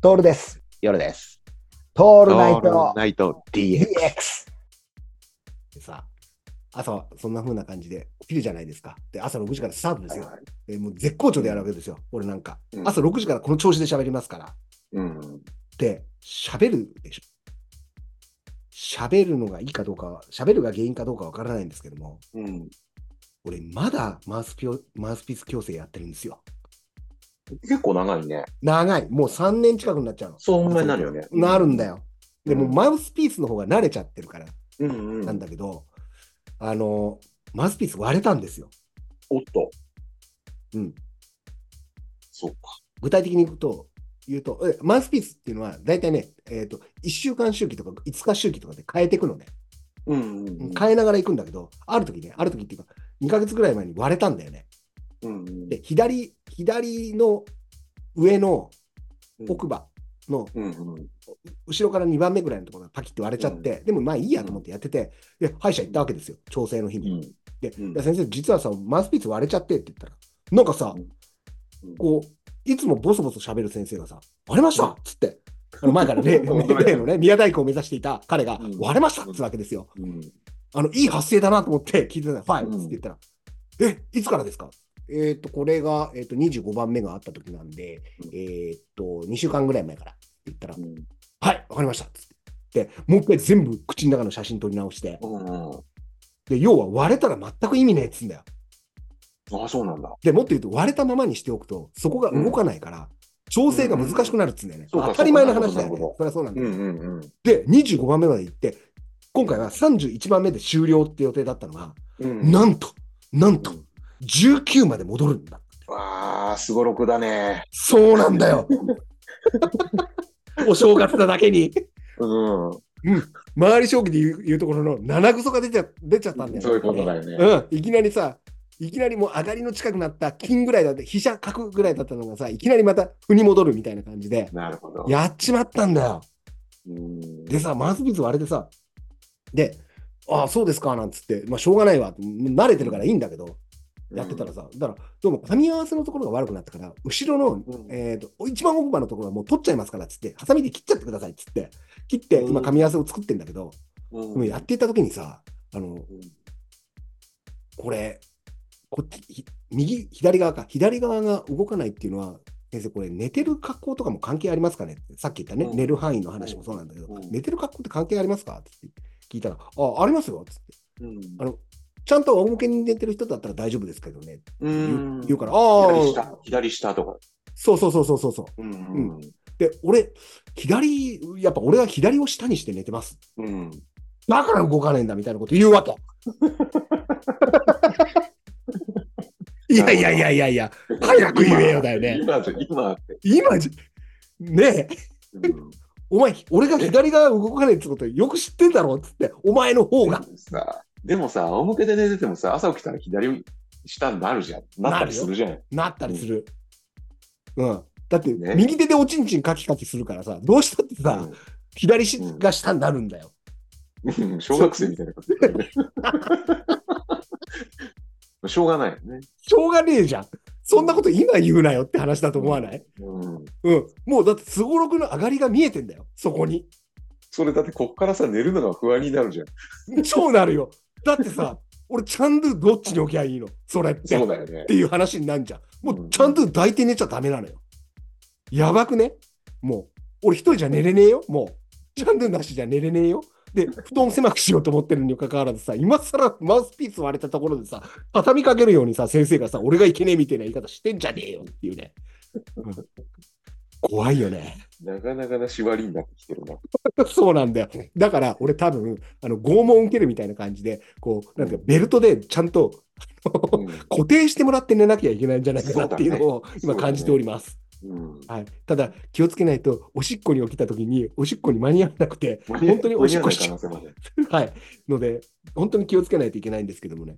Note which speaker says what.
Speaker 1: トールです。
Speaker 2: 夜です。
Speaker 1: ト
Speaker 2: オ
Speaker 1: ールナイト
Speaker 2: ナイト DX。
Speaker 1: DX。
Speaker 3: さあ、朝はそんな風な感じで起きるじゃないですか。で、朝6時からスタートですよ。でもう絶好調でやるわけですよ、俺なんか
Speaker 2: う。ん
Speaker 3: 朝6時からこの調子で喋りますから。
Speaker 2: うん。
Speaker 3: で、喋るでしょ。喋るのがいいかどうかは、喋るが原因かどうかわからないんですけども、
Speaker 2: うん。
Speaker 3: 俺まだマウスピオマウスピース矯正やってるんですよ。
Speaker 2: 結構長いね。
Speaker 3: 長い。もう3年近くになっちゃうの。
Speaker 2: そう、ほんまになるよね。
Speaker 3: なるんだ。よ。でも
Speaker 2: う
Speaker 3: うんマウスピースの方が慣れちゃってるから
Speaker 2: うんうん。
Speaker 3: なんだけど、あの、マウスピース割れたんですよ。
Speaker 2: おっと。
Speaker 3: うん。
Speaker 2: そうか。
Speaker 3: 具体的に言うと、言うと、えマウスピースっていうのは、大体ね、えっ、と、1週間周期とか5日周期とかで変えていくのね。
Speaker 2: うんうんうん。
Speaker 3: 変えながら行くんだけど、ある時ね、ある時っていうか、2ヶ月ぐらい前に割れたんだよね。
Speaker 2: うんうん
Speaker 3: で、左、左の上の
Speaker 2: うん
Speaker 3: 奥歯の
Speaker 2: うんうん。
Speaker 3: 後ろから2番目ぐらいのところがパキッて割れちゃって、でもまあいいやと思ってやってて、いや歯医者行ったわけですよ、調整の日に。
Speaker 2: うん
Speaker 3: で、
Speaker 2: うん
Speaker 3: いや先生、実はさ、マウスピース割れちゃってって言ったら、なんかさ、
Speaker 2: うん
Speaker 3: こう、いつもボソボソ喋る先生がさ、割れましたっつって、あの前から ね
Speaker 2: うんうん
Speaker 3: 例のね、宮大工を目指していた彼が
Speaker 2: うん、
Speaker 3: 割れましたっつうわけですよ。
Speaker 2: うん。
Speaker 3: あの、いい発声だなと思って聞いてたら、ファイ
Speaker 2: うん
Speaker 3: って言ったら、え、いつからですかえっ、と、これが、えっ、と、25番目があった時なんで、
Speaker 2: うん
Speaker 3: えっ、と、2週間ぐらい前からって言ったら、
Speaker 2: うん
Speaker 3: はい、わかりましたっつって。で、もう一回全部口の中の写真撮り直して、
Speaker 2: うんうん。
Speaker 3: で、要は割れたら全く意味ねえっつうんだよ。
Speaker 2: ああ、そうなんだ。
Speaker 3: で、もっと言うと割れたままにしておくと、そこが動かないから、調整が難しくなるっつうんだよね。
Speaker 2: うんそうか
Speaker 3: 当たり前の話だよ
Speaker 2: そうかなるほ
Speaker 3: ね
Speaker 2: ど。
Speaker 3: それはそうなんだ
Speaker 2: う
Speaker 3: よ、
Speaker 2: んうんうん。
Speaker 3: で、25番目まで行って、今回は31番目で終了って予定だったのが、
Speaker 2: うん
Speaker 3: なんと、なんと、19まで戻るんだ。
Speaker 2: わあ、すごろくだね。
Speaker 3: そうなんだ よ。お正月だだけに、
Speaker 2: うん。
Speaker 3: 周り将棋で言う言うところの七ぐそが出ちゃ出ちゃったんだよね、
Speaker 2: そういうことだよね。
Speaker 3: うん、いきなりさ、いきなりもう上がりの近くなった、金ぐらいだって、飛車角ぐらいだったのがさ、いきなりまた歩に戻るみたいな感じで、
Speaker 2: なるほど。
Speaker 3: やっちまったんだよ。
Speaker 2: うん
Speaker 3: でさ、マウスピース割れてさ、で、ああ、そうですか、なんつって、まあ、しょうがないわ、慣れてるからいいんだけど、やってたらさ、だから、どうも噛み合わせのところが悪くなったから、後ろの、
Speaker 2: うん
Speaker 3: えー、と一番奥歯のところはもう取っちゃいますからっつって、ハサミで切っちゃってくださいっつって、切って、今、噛み合わせを作ってんだけど、
Speaker 2: うん
Speaker 3: でもやっていた時にさ、あの、
Speaker 2: うん
Speaker 3: これ、こっち、ひ右、左側か、左側が動かないっていうのは、先生、これ、寝てる格好とかも関係ありますかねってさっき言ったね、
Speaker 2: うん
Speaker 3: 寝る範囲の話もそうなんだけど、
Speaker 2: うん
Speaker 3: 寝てる格好って関係ありますかって聞いたら、あ、ありますよつって、
Speaker 2: うん
Speaker 3: あの、ちゃんと仰向けに寝てる人だったら大丈夫ですけどねって
Speaker 2: う
Speaker 3: 言う,、
Speaker 2: ん
Speaker 3: 言うから、あ
Speaker 2: 左
Speaker 3: あ、
Speaker 2: 下、左下とか。
Speaker 3: そうそうそうそうそうそう。
Speaker 2: うん
Speaker 3: うんで、俺、左、やっぱ俺は左を下にして寝てます。
Speaker 2: うん。うん。
Speaker 3: だから動かねえんだみたいなこと言うわ け。いやいやいやいやいや、早く言えよだよね
Speaker 2: 今、今今って。
Speaker 3: 今じ、ねえ、
Speaker 2: うん
Speaker 3: お前、俺が左側動かねえってことよく知ってんだろっつって、お前の方が。
Speaker 2: でもさでもさ、仰向けで寝ててもさ、朝起きたら左下になるじゃん。なったりするじゃん。
Speaker 3: なったりする。うん。だって、
Speaker 2: ね
Speaker 3: 右手でおちんちんカキカキするからさ、どうしたってさ、左し
Speaker 2: うん
Speaker 3: が下になるんだよ。
Speaker 2: うんうん小学生みたいなことだよねしょうがないよね。
Speaker 3: しょうがねえじゃん。そんなこと今言うなよって話だと思わない、
Speaker 2: うん。
Speaker 3: うん、もうだってすごろくの上がりが見えてんだよ、そこに。
Speaker 2: それだって、こっからさ、寝るのが不安になるじゃん。
Speaker 3: 超なるよ。だってさ、俺、チャンドゥどっちに置きゃいいのそれって。
Speaker 2: そう
Speaker 3: っ
Speaker 2: だよね。
Speaker 3: ていう話になるじゃん。も
Speaker 2: う
Speaker 3: う、
Speaker 2: ん
Speaker 3: チャンドゥ抱いて寝ちゃダメなのよ。やばくねもう、俺一人じゃ寝れねえよ。もう、チャンドゥなしじゃ寝れねえよ。で、布団狭くしようと思ってるにもかかわらずさ、今更マウスピース割れたところでさ、畳みかけるようにさ、先生がさ、俺がいけねえみたいな言い方してんじゃねえよっていうね。うん怖いよね。
Speaker 2: なかなかな縛りになってきてるな。
Speaker 3: そうなんだよ。だから、俺多分、あの、拷問受けるみたいな感じで、こう、なんかベルトでちゃんと、あの
Speaker 2: うん
Speaker 3: 固定してもらって寝なきゃいけないんじゃないかなっていうのを
Speaker 2: そうだね
Speaker 3: 今感じております。
Speaker 2: うん
Speaker 3: はい。ただ、気をつけないと、おしっこに起きた時に、おしっこに間に合わなくて、
Speaker 2: 間に合わない
Speaker 3: 本当におしっこしちゃ
Speaker 2: 可能性もある
Speaker 3: う。はい。ので、本当に気をつけないといけないんですけどもね。